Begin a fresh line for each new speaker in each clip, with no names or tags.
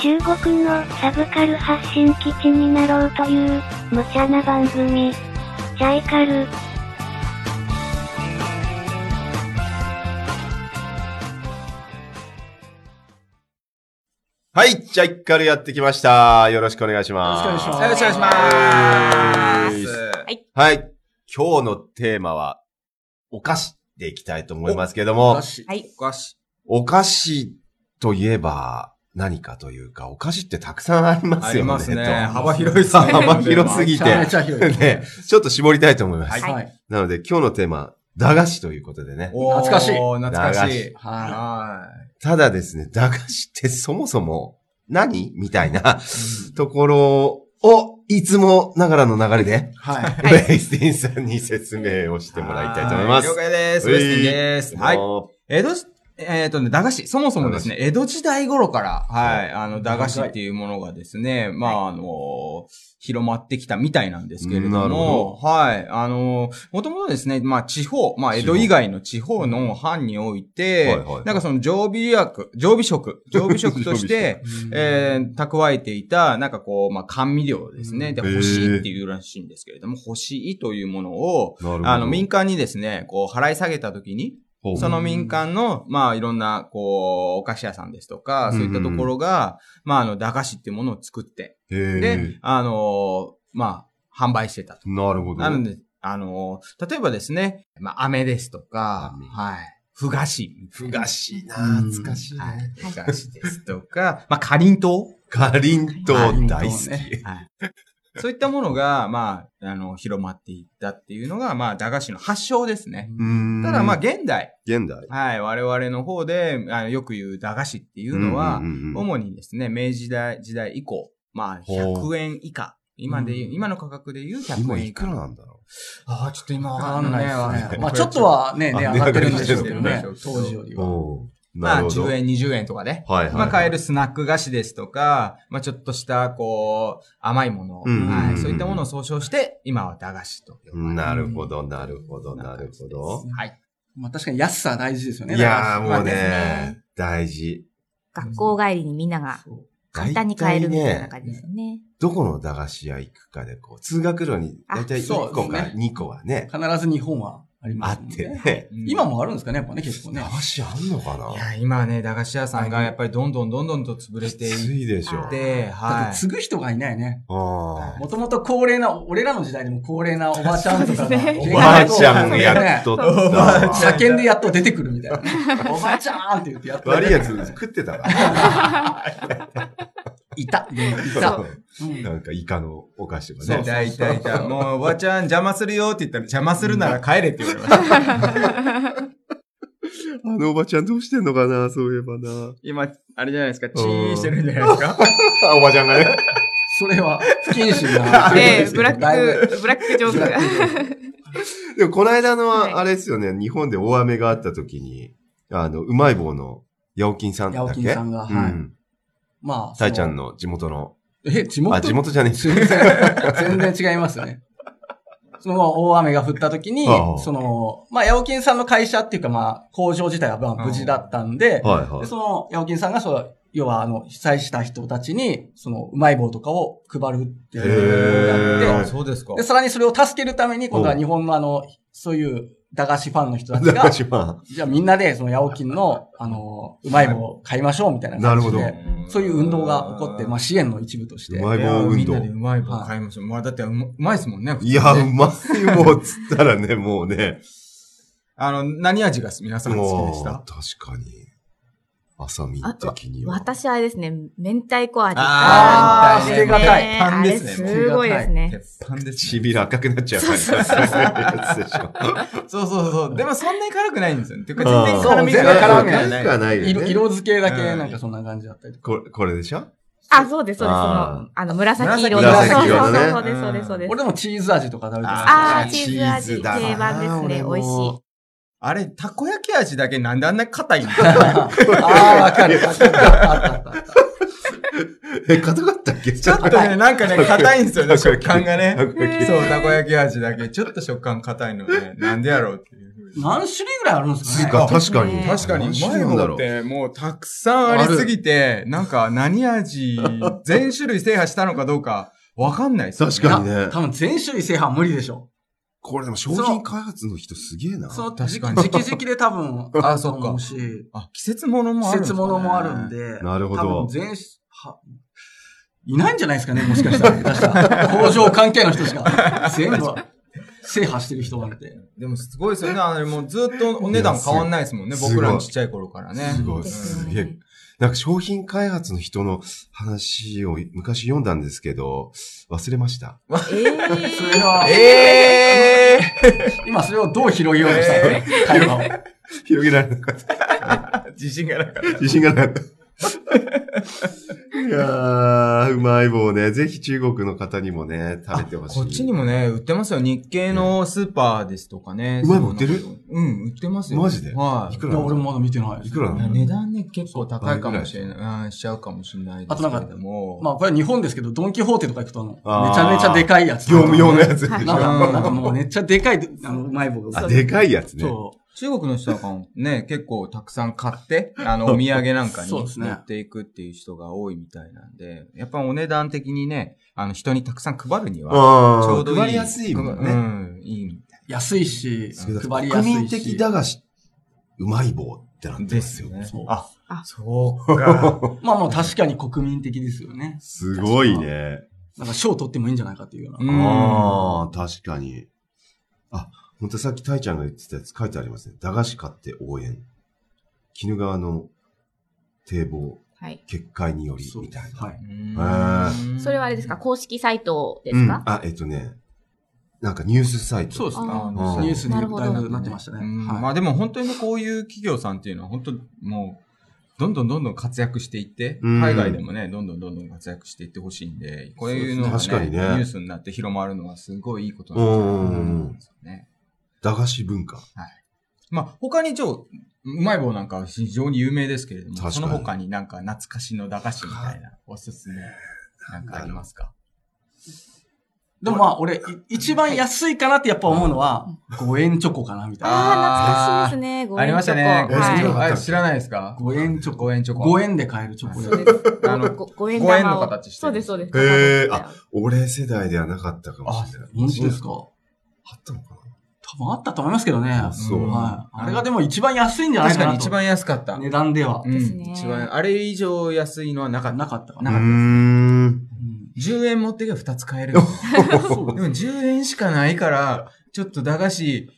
中国のサブカル発信基地になろうという、無茶な番組。チャイカル。
はい、じゃあ一回やってきました。よろしくお願いします。
よろしくお
はいよろしくお願いしま
え
す。
はい。今日のテーマは、お菓子でいきたいと思いますけど
お
も
菓、子。
はい
お菓子。
お菓子といえば何かというか、お菓子ってたくさんありますよね。
ありますね。
と
幅広いですね。
幅広すぎて
めちゃめちゃ広い。
ね、ちょっと絞りたいと思います。
はい
はい。
なので今日のテーマ、駄菓子ということでね。
おー
懐かしい
懐かしい。
は
は
ただですね、駄菓子ってそもそも何みたいなところを、いつもながらの流れで
い。、は い。
レイスティンさんに説明をし
い。
てもらいたいと思います。
了解です。
はい
ウエスティンです。はい。
い。
江戸時、えっ、とね、駄菓子。そもそもですね、江戸時代頃から、はい、あの、駄菓子っていうものがですね、まあ、あの広まってきたみたいなんですけれど
なるほ
も、はい、あのもともとですね、まあ、地方、まあ、江戸以外の地方の藩において、
はいはい
なんかその常備薬、常備食、 常備食とし
常
て、えー、蓄えていた、なんかこう、まあ、甘味料ですね。で、
うん
干しっていうらしいんですけれども、干しというものを、
なるほど。
あの、民間にですね、こう、払い下げたときに、
ほう
その民間の、まあ、いろんな、こう、お菓子屋さんですと
う
か、
ん
そういったところが、まあ、あの、駄菓子っていうものを作って、
へー
で、あのーまあ、販売してたと。
なるほど。
なので、あのー例えばですね、まあ、飴ですとか
飴、
はい、ふ菓子。
ふがしいな懐かしい
は
ね。
い、ふ菓子ですとか、 まあ、かりんとう。
かりんとう大好き。
はい。そういったものが、まあ、あの、広まっていったっていうのが、まあ、駄菓子の発祥ですね。
うん
ただ、まあ、、現代、
現代。
はい、我々の方で、あのよく言う駄菓子っていうのは、
んんうんうん
主にですね、明治時代時代以降、まあ、
ほう
100円以下。今で言う、
うん
今の価格で言う100
今
円以
いく
下。
らなんだろ
ああ、ちょっと今
わ
わ
か
か
ん
ん
な
ないい
で
わ
すね。まあちょっとはね、値上がってるんでしょうけど
値上
ね
がってるんで。しょう
当時よ
けど
り
う。
は。
おー
ま
な
あ、
るほど
10円、20円とかで。
はいはいはい。
まあ、買えるスナック菓子ですとか、まあ、ちょっとした、こう、甘いもの、
うん
はい、そういったものを総称して、今は駄菓子と呼ばれて
なるほど、なるほど、なるほど。
はい。
まあ確かに安さは大事ですよね。
いやー
だから
もう
そうです
ね
ね、
大事。
学校帰りにみんなが
そう
簡単に買えるみたいな
大体ね
感じですよね。
どこの駄菓子屋行くかで、こう、通学路に、だいたい1
あそ
個
うで
か
すね
2個はね、
必ず日本はあり
あ
ます
っ
もん
て
ね。
ね。
今もあるんですかね、やっぱね、結構ね
駄。菓子あんのかない
や、今はね、駄菓子屋さんがやっぱりどんどんどんどんと潰れ
き
ていっ
ついでしょ。
あ
て、
だっ
は
て
い。
継ぐ人がいないね。
あ
もともと高齢な、俺らの時代でも高齢なおばあちゃんとかが。
そうです
ー
ね
おばあちゃんやっ
ね
とった
おばあちゃ
わ。
車検でやっと出てくるみたい な。おばあちゃーんって言ってやっと。
悪いやつ食ってたから。
いた。いた。うん
なんかイカのお菓子とか
ね、
ね。
だいたいた。もう、おばちゃん邪魔するよって言ったら、邪魔するなら帰れって言われました。
あのおばちゃんどうしてんのかなそういえばな。
今、あれじゃないですか、チーンしてるんじゃないですか。
あ、おばちゃんがね。
それは不謹慎な。
ええ、ブラ
だいぶ
ック、ブラックジョークが。
でもこの間
はい
の、あれですよね、日本で大雨があった時に、あの、うまい棒の、ヤオキンさんだっけ
ヤオキンさんが
う
はい
ん。
まあ。
タイちゃんの地元の。
え、地元
あ、地元じゃねえ。
全然、全然違いますね。その大雨が降った時に
ああ、
その、まあ、ヤオキンさんの会社っていうか、まあ、工場自体はまあ無事だったんで、
はいは
で
い。
その、ヤオキンさんが、そう、要は、あの、被災した人たちに、その、うまい棒とかを配るっていうのを
へ
や
ー
って、
そうですか
で、さらにそれを助けるために、今度は日本のあの、そういう駄菓子ファンの人たちが、
中島
じゃあみんなで、その、ヤオキンの、あの、うまい棒を買いましょうみたいな感じで。
なる
そういう運動が起こって、まあ、支援の一部として。
うまい
いや
棒
み
運
んな
動
で。うまい棒買いましょう。まあ、だってうまうまいですもんね。
いや、
普
う
通ね
まい棒っつったらね、もうね。
あの、何味が皆さん好きでし
も
た
う確かに。朝見的には。
私あれですね、明太子味。
あ
ー捨てがたい
ね
パン
あ
で
れ
すね
すごいですね。
鉄板ですね。
唇赤くなっちゃうから。そういうやつでしょ。
そうそうそう。でもそんなに辛くないんですよね。てか全然辛み
全
が
然
辛
辛
み
み
が
が
辛
な
く
い。
はないよね
色色付けだけ
うん
なんかそんな感じだったりとか。
これ、これでしょ
あ、そうです、そうです。その、あの、紫色の。
紫色のね
そうそうそうそうです、そうです。
俺でもチーズ味とか食べてます
あ
ー
あ、チーズ味、
チーズだな
定番ですね。
俺も
美味しい。
あれ、たこ焼き味だけなんであんな硬いの
あー、わかる。わかるあったあったあった
え、硬かったっけ
ちょっと ね、なんかね、硬いんですよね、食感がね
たこ焼き。
そう、たこ焼き味だけ。ちょっと食感硬いのね、なんでやろうっていうふう
何種類ぐらいあるんですかね
か確かに。
ね
確かに、うまい
んだろ
棒
う
っ。て、もうたくさんありすぎて、なんか何 味、全種類制覇したのかどうか、わかんないですよね
確かにね。
多分全種類制覇は無理でしょ
これでも商品開発の人すげえな。
う。その、
確
時
か
期
に
々で多分、
あ
あ
そっか
ると思うし、
あ、季節物も
季
あるんです
節
かね、
ものもあるんで、
なるほど
多分全し、はいないんじゃないですかね、もしかしたら。 下手したら工場関係の人しか。全部制覇してる人なんて。
でもすごいですよね。あれもうずっとお値段変わんないですもん
い
ね。
やす
僕らのちっちゃい頃からね。
すごい、
です
す
よね
げえ。なんか商品開発の人の話を昔読んだんですけど、忘れました。
え
そ
ー
れは、
え
今それをどう広げようとしたのね、会話を。
広げられなかった。
ー、自信がなかっ
自信がなかった。 いやー、うまい棒ね。ぜひ中国の方にもね、食べてほしい。
こっちにもね、売ってますよ。日系のスーパーですとかね。
うまい棒
そういうの
売
うん、売ってますよ。
マジで
はいい。
く
い
ら
や、
な
俺
の
もまだ見てない。
いくらなの
値段ね、結構高いかもしれない、うん、しちゃうかもしれないですけれ
あと
ども。
まあ、これは日本ですけど、ドンキホーテとか行くとあの、
あー
めちゃめちゃでかいやつ。
業務用のやつでし
はい
な
ょ
ん
う
か、
ん
なんかもうめっちゃでかい、あの、うまい棒が。
あ、でかいやつね。
そ
中国の人はね、 結構たくさん買って、あの、お土産なんかに
そうですね
持っていくっていう人が多いみたいなんで、やっぱお値段的にね、あの、人にたくさん配るには、
あ
ちょ
あ
うどいい。
配りやすいもん
う
ね。
ん、いい。
う。安いし、配りやす
国
い
民
し。
的駄菓子、うまい棒ってなって
で
ますすよ
よね
ね。。
あ、
あ
そうか。
まあもう確かに国民的ですよね。
すごいね。
なんか賞取ってもいいんじゃないかっていうよう
う
な。
ん
ああ、確かに。あ、ほんとさっきタイちゃんが言ってたやつ書いてありますね。駄菓子買って応援。鬼怒川の堤防、
はい。
決壊により、
そう
みたいな。
はい。
うん
それはあれですか公式サイトで
う
す
ん。
か
あ、えっとね、なんかニュースサイト。
そうですね。
あ
ー
ニュースに
な
だ
る
い
ほど
ぶなってましたね。
うん
はい
まあでも本当にねこういう企業さんっていうのは本当もう、どんどんどんどん活躍していって、
うん
海外でもね、どんどんどんどん活躍していってほしいんで、こういうのが、ね
そうですね確かにね
ニュースになって広まるのはすごいいいことなんだなと思うんですよね。
駄菓子文化。
まあ他にちょ、うまい棒なんかは非常に有名ですけれど
確か
も、
に
その他になんか懐かしの駄菓子みたいなおすすめなんかありますか
でもまあ俺、い一番安いかなってやっぱ思うのは、5円チョコかなみたいな。
ああ、懐かしいですね。ご
ありましたね。
ごめんなさい
は
はい
あ知らないですか
5円チョコ。
5円チョコ。
5円で買えるチョ
い。
コ
そ
レー
うで
ト。
す。あの、
ご
ごご縁
ご縁
玉
の
を。
形してる
そうです、そうです。
へー
形して
俺世代ではなかったかもしれない。
本当ですか多
あったのか
分あったと思いますけどね。
な
は
あ
い。
そう。
うん
あれがでも一番安いんじゃない
確
か
か
な
に
と。
一番安かった。
値段では
う。
ですね
ん、一番、あれ以上安いのはなかった。
なかったか
うー
な。
なか
ん。
う
っ
ん
10円持ってけば2つ買える。でも10円しかないから、ちょっと駄菓子、い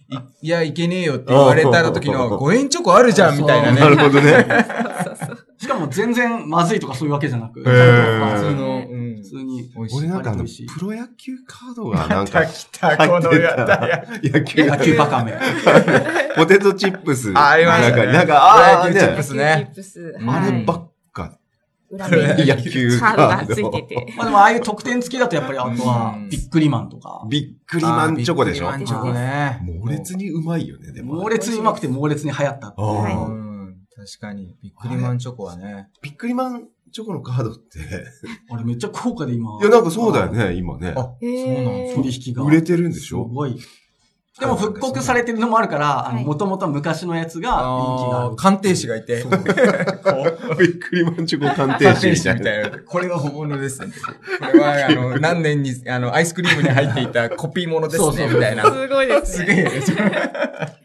いや、いけねえよって言われた時の5円チョコあるじゃんみたいな
なる
ね。
ほど ね。
しかも全然まずいとかそういうわけじゃな
へ
く、
ー
普
普
通
通
の
の、うん
普。通に。
美味し
俺
い。
なんかあ
美
の、
味しい
プロ野球カードがなんか
た
入
きた、こ
っ
の
て
やったや。
た。野球
野球バ カめ。
ポテトチップス。
あありましたね
なんか、なんか、ああ、
プロ野球チッ
ね
プスね
チップス。
あ
はい
ればっか。
裏
プ
面
野球
カー
カ
ド
ー
がつい
ド
て。て。
まあでもああいう特典付きだとやっぱりあとは
うん、
ビックリマンとか。
ビックリマンチョコでしょ
ビックリマンチョコね。
猛烈にうまいよね、でも。
猛烈にうまくて猛烈に流行ったっていう。
あ
う
あ
ん。確かに。ビックリマンチョコは ね。
ビックリマンチョコのカードって。
俺めっちゃ高価で今。
いや、なんかそうだよね、今ね。
あ、
へー
そうなんです
取引が。
売れてるんでし
す
ょ
ごい。でも復刻されてるのもあるから、あの、
はい
もともと昔のやつが人気があ
あ
る
ー。鑑定士がいて。
ビックリマンチョコ鑑定
鑑
士
定
み
士
たい
み
な。
たいな。これは本物です。これは、あの、何年に、あの、アイスクリームに入っていたコピーものです
そうそう
ね、
そう
みたいな。
すごいです
す
ね。
げえ。確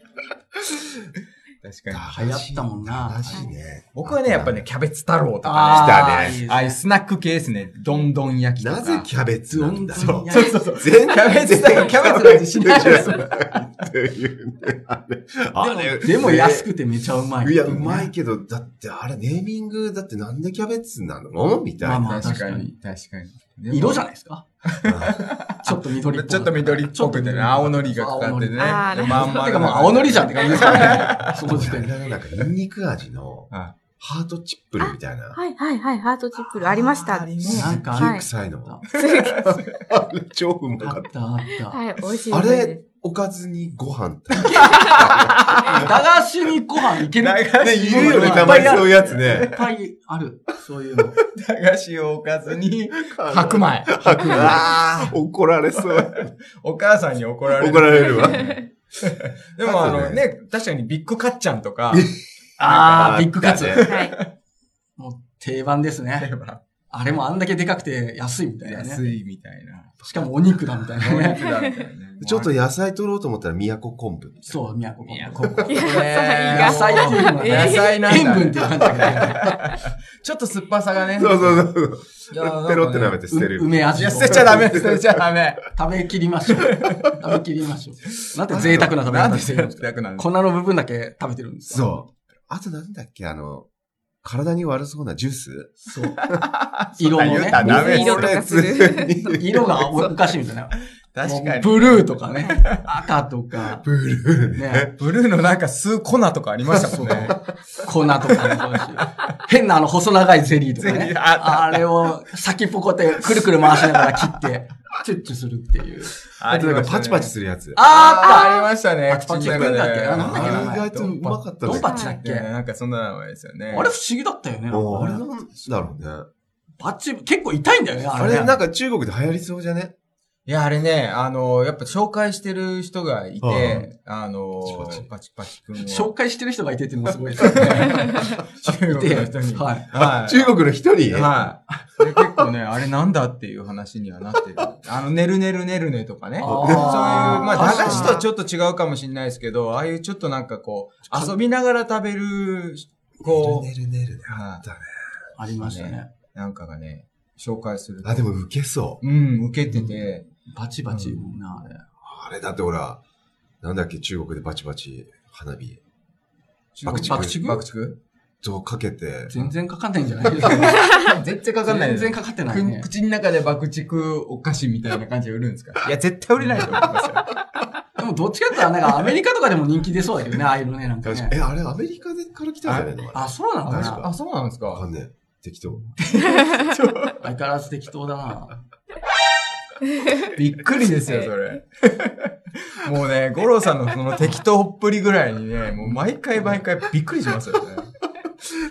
かに。
流行ったもんな
正しいね。
僕はね、やっぱね、キャベツ太郎とか
あー
ね。
来たね
いいです
ああいうスナック系ですね。どんどん焼きとか。
なぜキャベツなんだろう。
そうそう
そう。
全
キャベツだよキャベツの味しないです
っていうね。あれあ
で
れ
も、でも安くてめちゃうまい。
いや、うまい。けど、だってあれ、ネーミング、だってなんでキャベツなのみたいな。
まあ
確か
確か
に
に。
確かに。
色じゃ
ん
ないですかちょっと緑っぽい
ちょっと緑っぽくてね、青のりがかかってね。
あーなるほど
まん
て
丸
か
の
まあ青のりじゃんって感じですからね。その時点で。
なんか、ニンニク味の、
は
ハートチップルみたいな。
はいはいはい、ハートチップルありました。はい、
なんか
は
牛
い
臭いの。
あっ
あれ超うま
た。あ
かっ
ったあった。
美味しい
た。あ
です
れ。、おかずにご飯食
駄菓子にご飯いける。
駄
べる。
菓
ね、
子い
い
る
る
よ
よ
ね
ね、
た
た
ま
ま
に
にそう
そ
ういうやつね。
い っぱいある。そういうの。
駄菓子を置かずに、白米。
ああ、怒られそう。
お母さんに怒られる。
怒られるわ。
でもあ
カツ
の
だね
ね、確かにビッグカッチャンとか、
あー、ビッグカツ。
はい。
もう定番ですね。あれもあんだけでかくて安いみたいなね。
安いみたいな。
しかもお肉だみたいなね。
ちょっと野菜取ろうと思ったら宮古昆布。
そう、宮古
いや、
昆
ここね。
野
野菜
菜
が
が。
野
えー
菜なんだ。
布。塩分っていう感じだから。
ちょっと酸っぱさがね。
そうそうそう。
いやなんかね
ペロって舐めて捨てる。
う梅味
い
を。
や、捨てちゃダメ、捨てちゃダメ。
食べきりましょう。食べきりましょう。なんて贅沢な食べ
なん
方
で
して
贅
るんですか
沢なんです
粉の部分だけ食べてるんですよ
そう。あとなんだっけ、あの、体に悪そうなジュース
そう。色もね。
ダメ
水色とかする。
色がおかしいみたいな。
確かに。
ブルーとかね。赤とか。
ブルーね。
ね。
ブルーのなんか吸う粉とかありましたもんね。
粉とかもそうだし。変なあの細長いゼリーとか
ゼリ
ね
ー。あった
あれを先っぽこうやってくるくる回しながら切って、チュッチュするっていう。
あとなんかパチパチ
る。
するやつ。
あ
あありましたね。
パチパチ食うんだっけあなんだっけ
あ
な
れ意外とうまかった
ドンパ
ね。
ッチだっ
い
け
や、
あ
なんかそんなのですよね。
れ不思議だったよね。
もうあれ
あ
な
れ
んだろうね。
バッチ、結構痛いんだよね、あ
あ
れ
れ
ね。
なんか中国で流行りそうじゃね
いや、あれね、あの、やっぱ紹介してる人がいて、あの
パチパチ、
パチパチくんを。
紹介してる人がいてっていうのもすごいですね。
中国の人に。
はい
はい。
中国の一人
はい。で結構ね、あれなんだっていう話にはなってる。あの、ねるねるねるねとかね。
あ
そう
ー
いう、まあ、
確か
駄菓
に
子とはちょっと違うかもしれないですけど、ああいうちょっとなんかこう、遊びながら食べる、こ
ねるねるね
う、は
ありましたね。
い。なんかがね、紹介すると。
あ、でも受けそう。
うん、受けてて、
バチバチもんな、あれ。
あれだってほら、なんだっけ、中国でバチバチ花火。
爆竹
爆竹
とかけて、
全然かかんないんじゃないです
全然か
か。全然
全
かかってない
然
ね。
口の中で爆竹お菓子みたいな感じで売るんですかいや、絶対売れないと思いますよ。
でもどっちかっていうと、なんかアメリカとかでも人気出そう だけどね、ああいうのね、なんか
確かえ、
ね。
あれアメリカでから来たんじゃないの
あ、そうなのか
確か
な
あ、そうなんです
わか
か
んねえ。適当。
相変わらず適当だな。
びっくりですよ、それ。もうね、五郎さんのその適当っぷりぐらいにね、もう毎回毎回びっくりしますよね。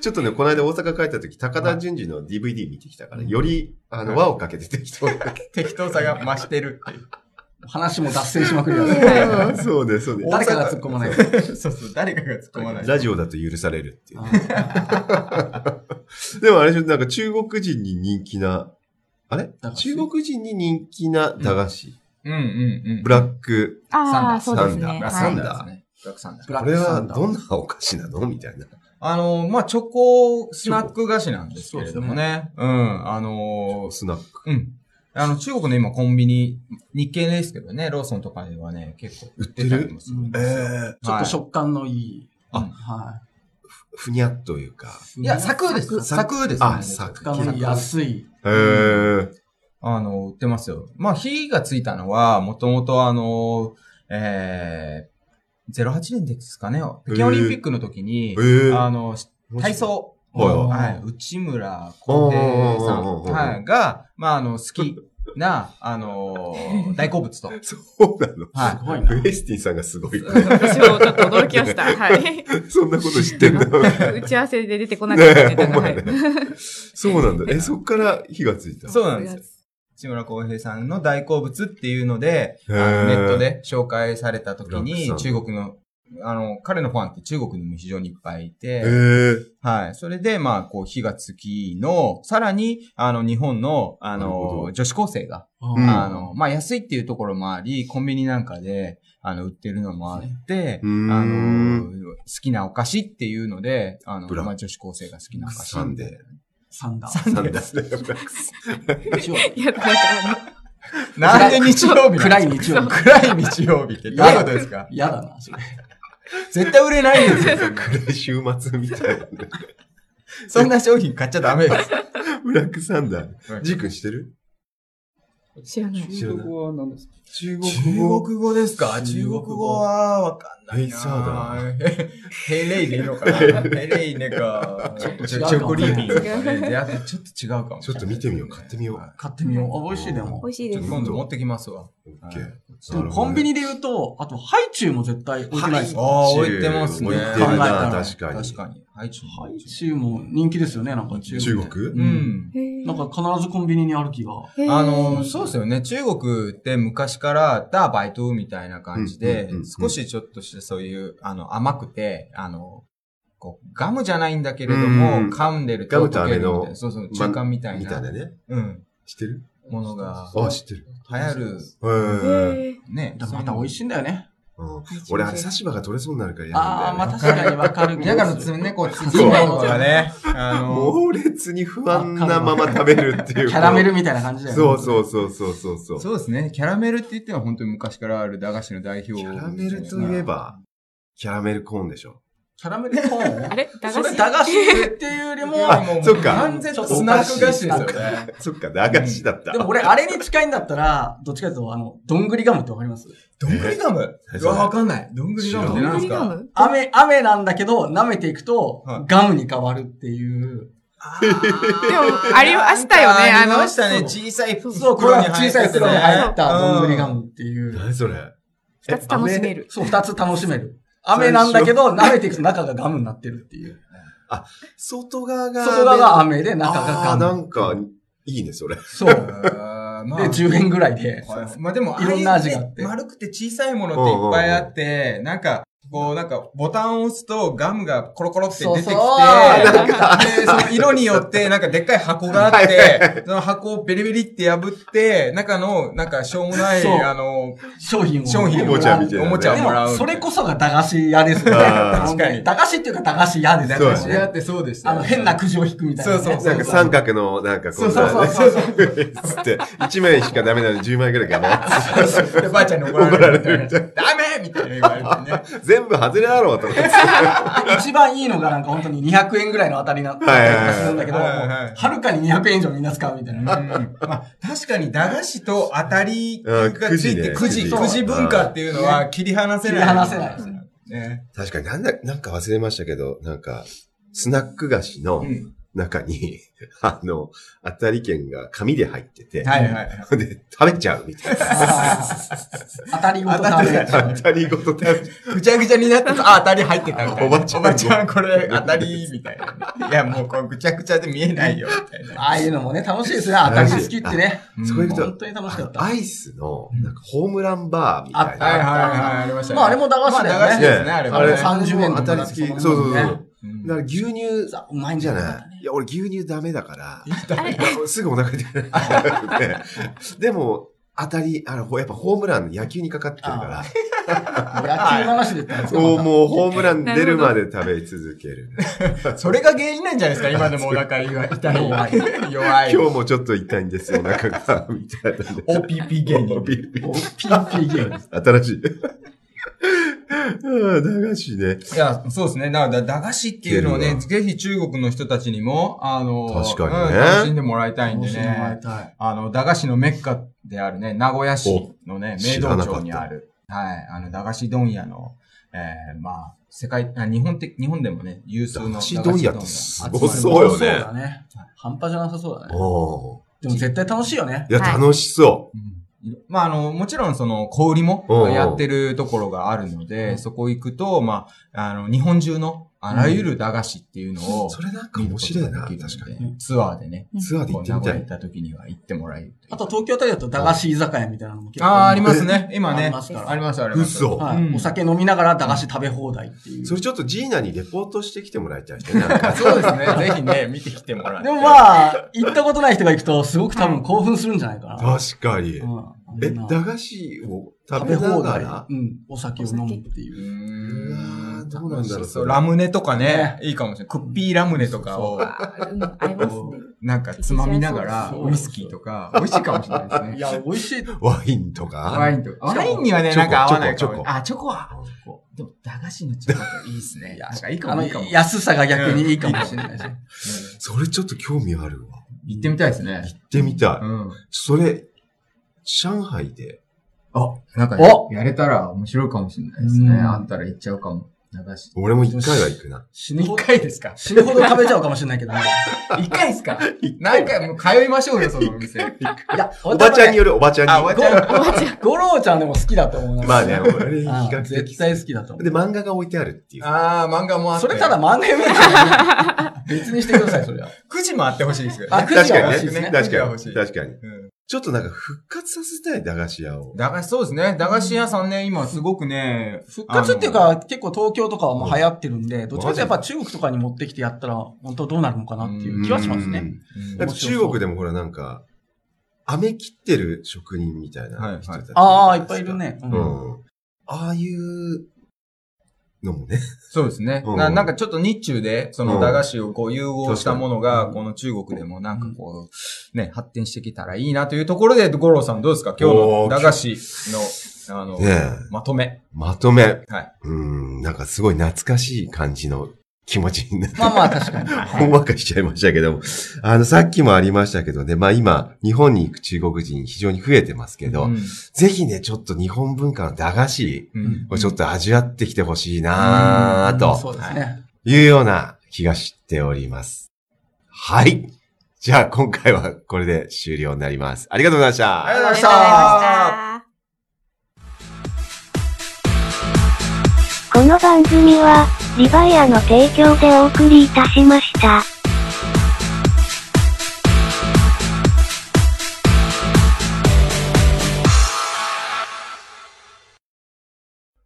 ちょっとね、この間大阪帰った時、高田純次の DVD 見てきたから、より、あの、輪をかけて適 当だけ
適当さが増してるっていう。
話も脱線しまくりだね。
どそうね、そうね。
誰かが突っ込まないと。
そうそう、誰かが突っ込まない。
ラジオだと許されるっていう。
うん
でもあれでしょ、なんか中国人に人気な、あれ
駄菓子
中国人に人気な駄菓子。
うんうんうん。
ブラック。
あ
サ
あ、そ
ン
う
ダー
ですね。
ブラック
は
サン
い。
ダーですね。ブラックサンダー
ブラ
こ
ック
れ
サ
は
ンダー
どんなお菓子なのみたいな。
あのまあ、チョコスナック菓子なんですけれどもね。うん。あの
スナック。
うん。あの、中国の今コンビニ、日系ですけどね、ローソンとかではね、結構売ってたりもするんですよ。
ええ。
ちょっと食感のいい。
あ
は
ふにゃっというか。
い。
いや、サクーです。サクーですね。
あ、サク
食。感のいい安い。
ええ。
あの、売ってますよ。まあ、火がついたのは、もともとあの、えー、08年ですかね。北京オリンピックの時に、
ええ。
あの、体操。
は
はい。内村航平さ
おーおーお
ん、
ーおー
はい、が、まあ、あの、好きな、あのー、大好物と。
い。そうなの。
はい
すごい な。
ウエスティンさんがすごい。
私もちょっと驚きました。はい。
そんなこと知 ってんだ。
打ち合わせで出てこなかった
ね
み
え、
た
ほ
い
ん
な。
ま
は
や
い
ね。そうなんだ。え、そっから火がついたの。
そうなんですよ。内村航平さんの大好物っていうので、
へ
あ
ー
のネットで紹介された時に
ブラッ、クさん
中国の、あの、彼のファンって中国にも非常にいっぱいいて、
ええ。
はい。それで、まあ、こう、火がつきの、さらに、あの、日本の、あ
なるほ
の
ど、
女子高生が、
うん
あの、まあ、安いっていうところもあり、コンビニなんかで、あの、売ってるのもあって、
うーん
あの、好きなお菓子っていうので、あの、
ブラ
まあ、女子高生が好きなお菓子。
サンデ
サンダー。
ー。サンダー。
日曜日
いや、だから、
なんで日曜日な
暗
ん
い
です
日
か
曜日。
暗い日曜日ってどういうことですか
嫌だな、それ。
絶対売れないんですよ。
暗い週末みたいな。
そんな商品買っちゃダメ です。
ブラックサンダー。ジー君してる
知らない。
知らない
は何ですか
中国
中
語。
国語ですか中
中
国
国語
語はわかんない
え
な。
そう だ。
ヘレイでいいのか なヘレイねか。ちょっ
と違うかも
クリーピーとか ね。いやちょっと違うかも。
ちょっと見てみよう買ってみよう
はい
買ってみよう。あ、美味しいでも
美。味しいです。
今度持ってきますわ。
オッケー。
でもコンビニで言うと、あと、ハイチュウも絶対置いてないです
あ
か
あ、置いてますね。
置いて
考
る
えた
な、
ら
確かに。
確かに。はい、ちょっと
ハイチュウも人気ですよね、なんか中国で。
中国
うん。
へー
なんか必ずコンビニにある気が。
へー
あの、そうですよね。中国って昔から、ダーバイトみたいな感じで
うんうんうんうん、
少しちょっとしてそういう、あの、甘くて、あの、こう、ガムじゃないんだけれど
う
も、
ん
噛んでる
ガ
と
ムと
溶けるみ
飴
たい
の
な、そうそう、中間みたい
みたい
な
な、ね。
うん、
知ってる
ものが、
あ、知ってる。
流行る、
え
へ
ー
ー
ね。
でもまた美味しいんだよね。
うん、俺、あれ、差し歯が取れそうになるから嫌なんだ
あ
よ、
あ、
ね。
まあ確かにわかる気
だか
が
ら、
す
つ
る。
ね、こう、縮んだのがね、あの、
猛烈に不安なまま食べるってい
キ
う。
ャラメルみたいな感じだよね。
そうそうそうそうそうそう。
そうですね。キャラメルって言っては本当に昔からある駄菓子の代表。
キャラメルといえば、キャラメルコーンでしょ。
キャラメルコーン
あれ駄
そ
菓
れ
子
駄菓子っていうよりも、
あ
もう
そっか
完全にスナック菓子ですよね。
そっか、駄菓子だった。
でも俺、あれに近いんだったら、どっちかというと、あの、どんぐりガムってわかります
どんぐりガム
え
うわ、わかんない。どんぐりガムって
どん
何で
ぐ
す
りガ
か
ム
雨、雨なんだけど、舐めていくと
はい、
ガムに変わるっていう。
でも、ありましたよね。
あ
あ
り
の、
ましたね。
そう
小さい袋に
そう、これは小さい
袋
袋に入
に入っ
った
た
どんぐりガ
ム。
ムっていう。
何それ
二つ楽しめる。
そう、二つ楽しめる。雨なんだけど、舐めていくと中がガムになってるっていう。
外側が。
外側が雨で中
あ
が
ー
ガ
な
ム。
んか、いいね、それ。
そう。
ま
で、10円ぐらいで。
はいまあでも、
いろんな味があって
あれ丸くて小さいものっていっぱいあって、なんか、こう、なんか、ボタンを押すとガムがコロコロって出てき
そ
て、
うそう
で、その色によって、なんかでっかい箱があって、その箱をベリベリって破って、中の、なんか、しょうもない、
そう
あの、
商品を。
商品
おもちゃみたいなね
おもちゃを
で
もら
も、
う。
それこそが駄菓子屋ですね。
あー
確かに。駄菓子っていうか駄菓子屋ですね
そうだね
知り合ってそうでし
あの、変なくじを引くみたいなね。
そうそう
なんか三角の、なんかこんな
そうそうそうそう
ねつって、1枚しか ダメなのに10枚ぐらいか
で、ばあちゃんに怒られるみたいな。ダメみたいな言われてね。
な。 全部外れだろうと思って。
一番いいのがなんか本当に200円ぐらいの当たりな当
はいはいはい
たりするんだけど、もう
はいはいはい
はるかに200円以上みんな使うみたい な。
うんまあ、確かに駄菓子と当たり
うん
がついて、
くじねく
くじ、
じ
くじ文化っていうのは切り離せない。
切り離せないです
ね。
確かになんだ、なんか忘れましたけど、なんか、スナック菓子の
うん
中に、 あの、当たり券が紙で入ってて、
はいはい。
で、食べちゃうみたいな。
当たりごと食べちゃ う
当たりごと食べちゃ
ぐちゃぐちゃになってた、あ、当たり入ってたみたいな。
おばちゃん
これ当たり、みたいな。いや、もうこうぐちゃぐちゃで見えないよ、みたいな。
ああいうのもね、楽しいですね。当たり好きってね。
う。そういうこ
本
と、
当に楽しかっ
ア
た。
イスの、なんかホームランバーみたい
はいはい
な。
はい、ありましたね。
まああれも駄菓子だよね
まあ駄菓子
ね
ですね、あれも
あれ、
ね。
30円と
当
か
たり付き。そうそうそう。
うん
だから牛乳
さうまいん
じ
じゃ
ゃ
な
ない。いや、俺牛乳ダメだから。
あれ、
すぐお腹痛くなるねでも、当たり、あの、ほやっぱホームラン、野球にかかってるか
い野球話で言ったら
ら、もう、もうホームラン出るまで食べ続ける。
それが原因なんじゃないですか、今でもお腹が痛い。弱い。 弱い。
今日もちょっと痛いんですよ、お腹が。みたいなね。
OPP 芸人。
ピッピッ
PPG。
新しい。ああ、駄菓子ね。
いや、そうですね。だから、駄菓子っていうのを
いけ
ね、
るわ
ぜひ中国の人たちにも、あの、
確かにね
うん楽しんでもらいたいん
楽
で
しんでもら
ね
い。たい。
あの、駄菓子のメッカであるね、名古屋市の
お、
ね明
知ら
道
なかった
町にある、はい、あの、駄菓子問屋の、えー、まあ、世界、あ日本的、日本でもね、有数
駄
の
菓子問屋って
駄
す
菓子問
ごそうよ
そう
ね
だ。ね。半端じゃなさそうだね。
おお。
でも絶対楽しいよね。
いや、
はい
楽しそ
うんまあ、あの、もちろん、その、小売りも
うんうん
やってるところがあるの
うん
で、そこ行くと、まあ、あの、日本中のあらゆる駄菓子っていうのを、
う。それなんか面白いな、確かに。
に。ツアーでね、
ツアーで行
こ
っ
う
てみ
名古
たい
屋行っ。た時には行ってもらえるという
あと東京あたりだと駄菓子居酒屋みたいなのも結構。
ああ、ありますね。今ね。
ありますから
あります、あります。
嘘。
はい
うん
お酒飲みながら駄菓子食べ放題っていう。
それちょっとジーナにレポートしてきてもらいたい人ね。なんか
そうですね。 ぜひね、見てきてもらって。
でもまあ、行ったことない人が行くと、すごく多分興奮するんじゃないかな。
確かに。
うん
え、
みんな
駄菓子を食
食
べ
べ
な
放
が
題
ら。
うん。お酒を飲むっていうう。
ーん
うわーどうなんだろうそれ
ラムネとか
ね
ね、いいかもしれない。クッピーラムネとかを、
うん合いますね。
なんかつまみながら、
そうそう
ウイスキーとか、美味しいかもしれないですね。
いや、美味しい。
ワインとか。
ワインとか。
しか
ワ
も
インにはね、
チョ
な
コ
んか合わないかも
チョコチョコ
あ、チョコは。でも、駄菓子のチョコっていいですね。なんかいいか
あ
も、
の
いいかも。
安さが逆にいいかもしれないし。
それちょっと興味あるわ。
行ってみたいですね。
行ってみた
う
い。
ん。
それ、上海で。
あ、なんか
お、
やれたら面白いかもしれないですね。
うん
あったら行っちゃうかも。駄菓子。
俺も一回は行くな。
死ぬほど、
回ですか
死ぬほど食べちゃうかもしれないけ どね。
一回ですか何回も通いましょうよ、そのお店。
いや、
おばちゃんによ
よ
る、おばちゃんに。
あ、おばちゃん。
おばちゃん。
五郎ちゃんでも好きだと思うな
まあね、。俺比
あ
較
絶
的。
対好きだと思
で、漫画が置いてあるっていう。
ああ、漫画もあ
う。
って。
それただ漫画読めるからね別にしてください、それは。
くじ時もあってほしいですよ
あ
ね。
く
確かに
欲
ね
しいですね
確か
欲し
に。
い
確かに。
うん
ちょっとなんか復活させたい駄菓子屋を。
駄菓子、そうですね。駄菓子屋さんね、今すごくね、
復活っていうか、
あ
結構東京とかはもう流行ってるんで、どっちかっていうとやっ
マ
ぱ中国とかに持ってきてやったら、本当どうなるのかなっていう気はしますね。
の、
だって中国でもほらなんか、飴切ってる職人みたいな人たちるじゃなですか
ああ、いっぱいいる。ね。うん
うん。ああいうのもね。
そうですね、
うん
な。なんかちょっと日中で、そ
うん
の駄菓子をこう融合したものが、
確か
この中国でもなんかこう、ね、発展してきたらいいなというところで、五郎さんどうですか今日
おー
の駄菓子の、あの、
ねえ。
まとめ。
まとめ。
はい。
うん、なんかすごい懐かしい感じの気持ちになって
まあまあ、確 かに。
ほんわかしちゃいましたけども、あの、さっきもありましたけどね、まあ今、日本に行く中国人非常に増えてますけど、
うん
ぜひね、ちょっと日本文化の駄菓子
うん
をちょっと味わってきてほしいなぁ、
そう
と
ですね。
いうような気がしております。はい。じゃあ今回はこれで終了になります。ありがとうございました。
ありがとうございまし
ありがとうござい
た
ま。した。
この番組は、リバイアの提供でお送りいたしました。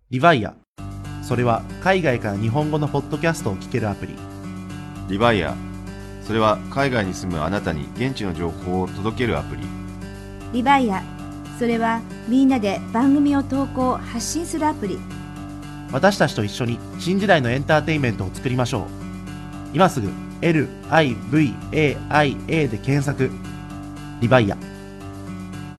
リヴァイア。それは海外から日本語のポッドキャストを聞けるアプリ。
リバイア。それは海外に住むあなたに現地の情報を届けるアプリ。
リバイアそれはみんなで番組を投稿発信するアプリ
私たちと一緒に新時代のエンターテインメントを作りましょう。今すぐ LIVAIA で検索。リヴァイア。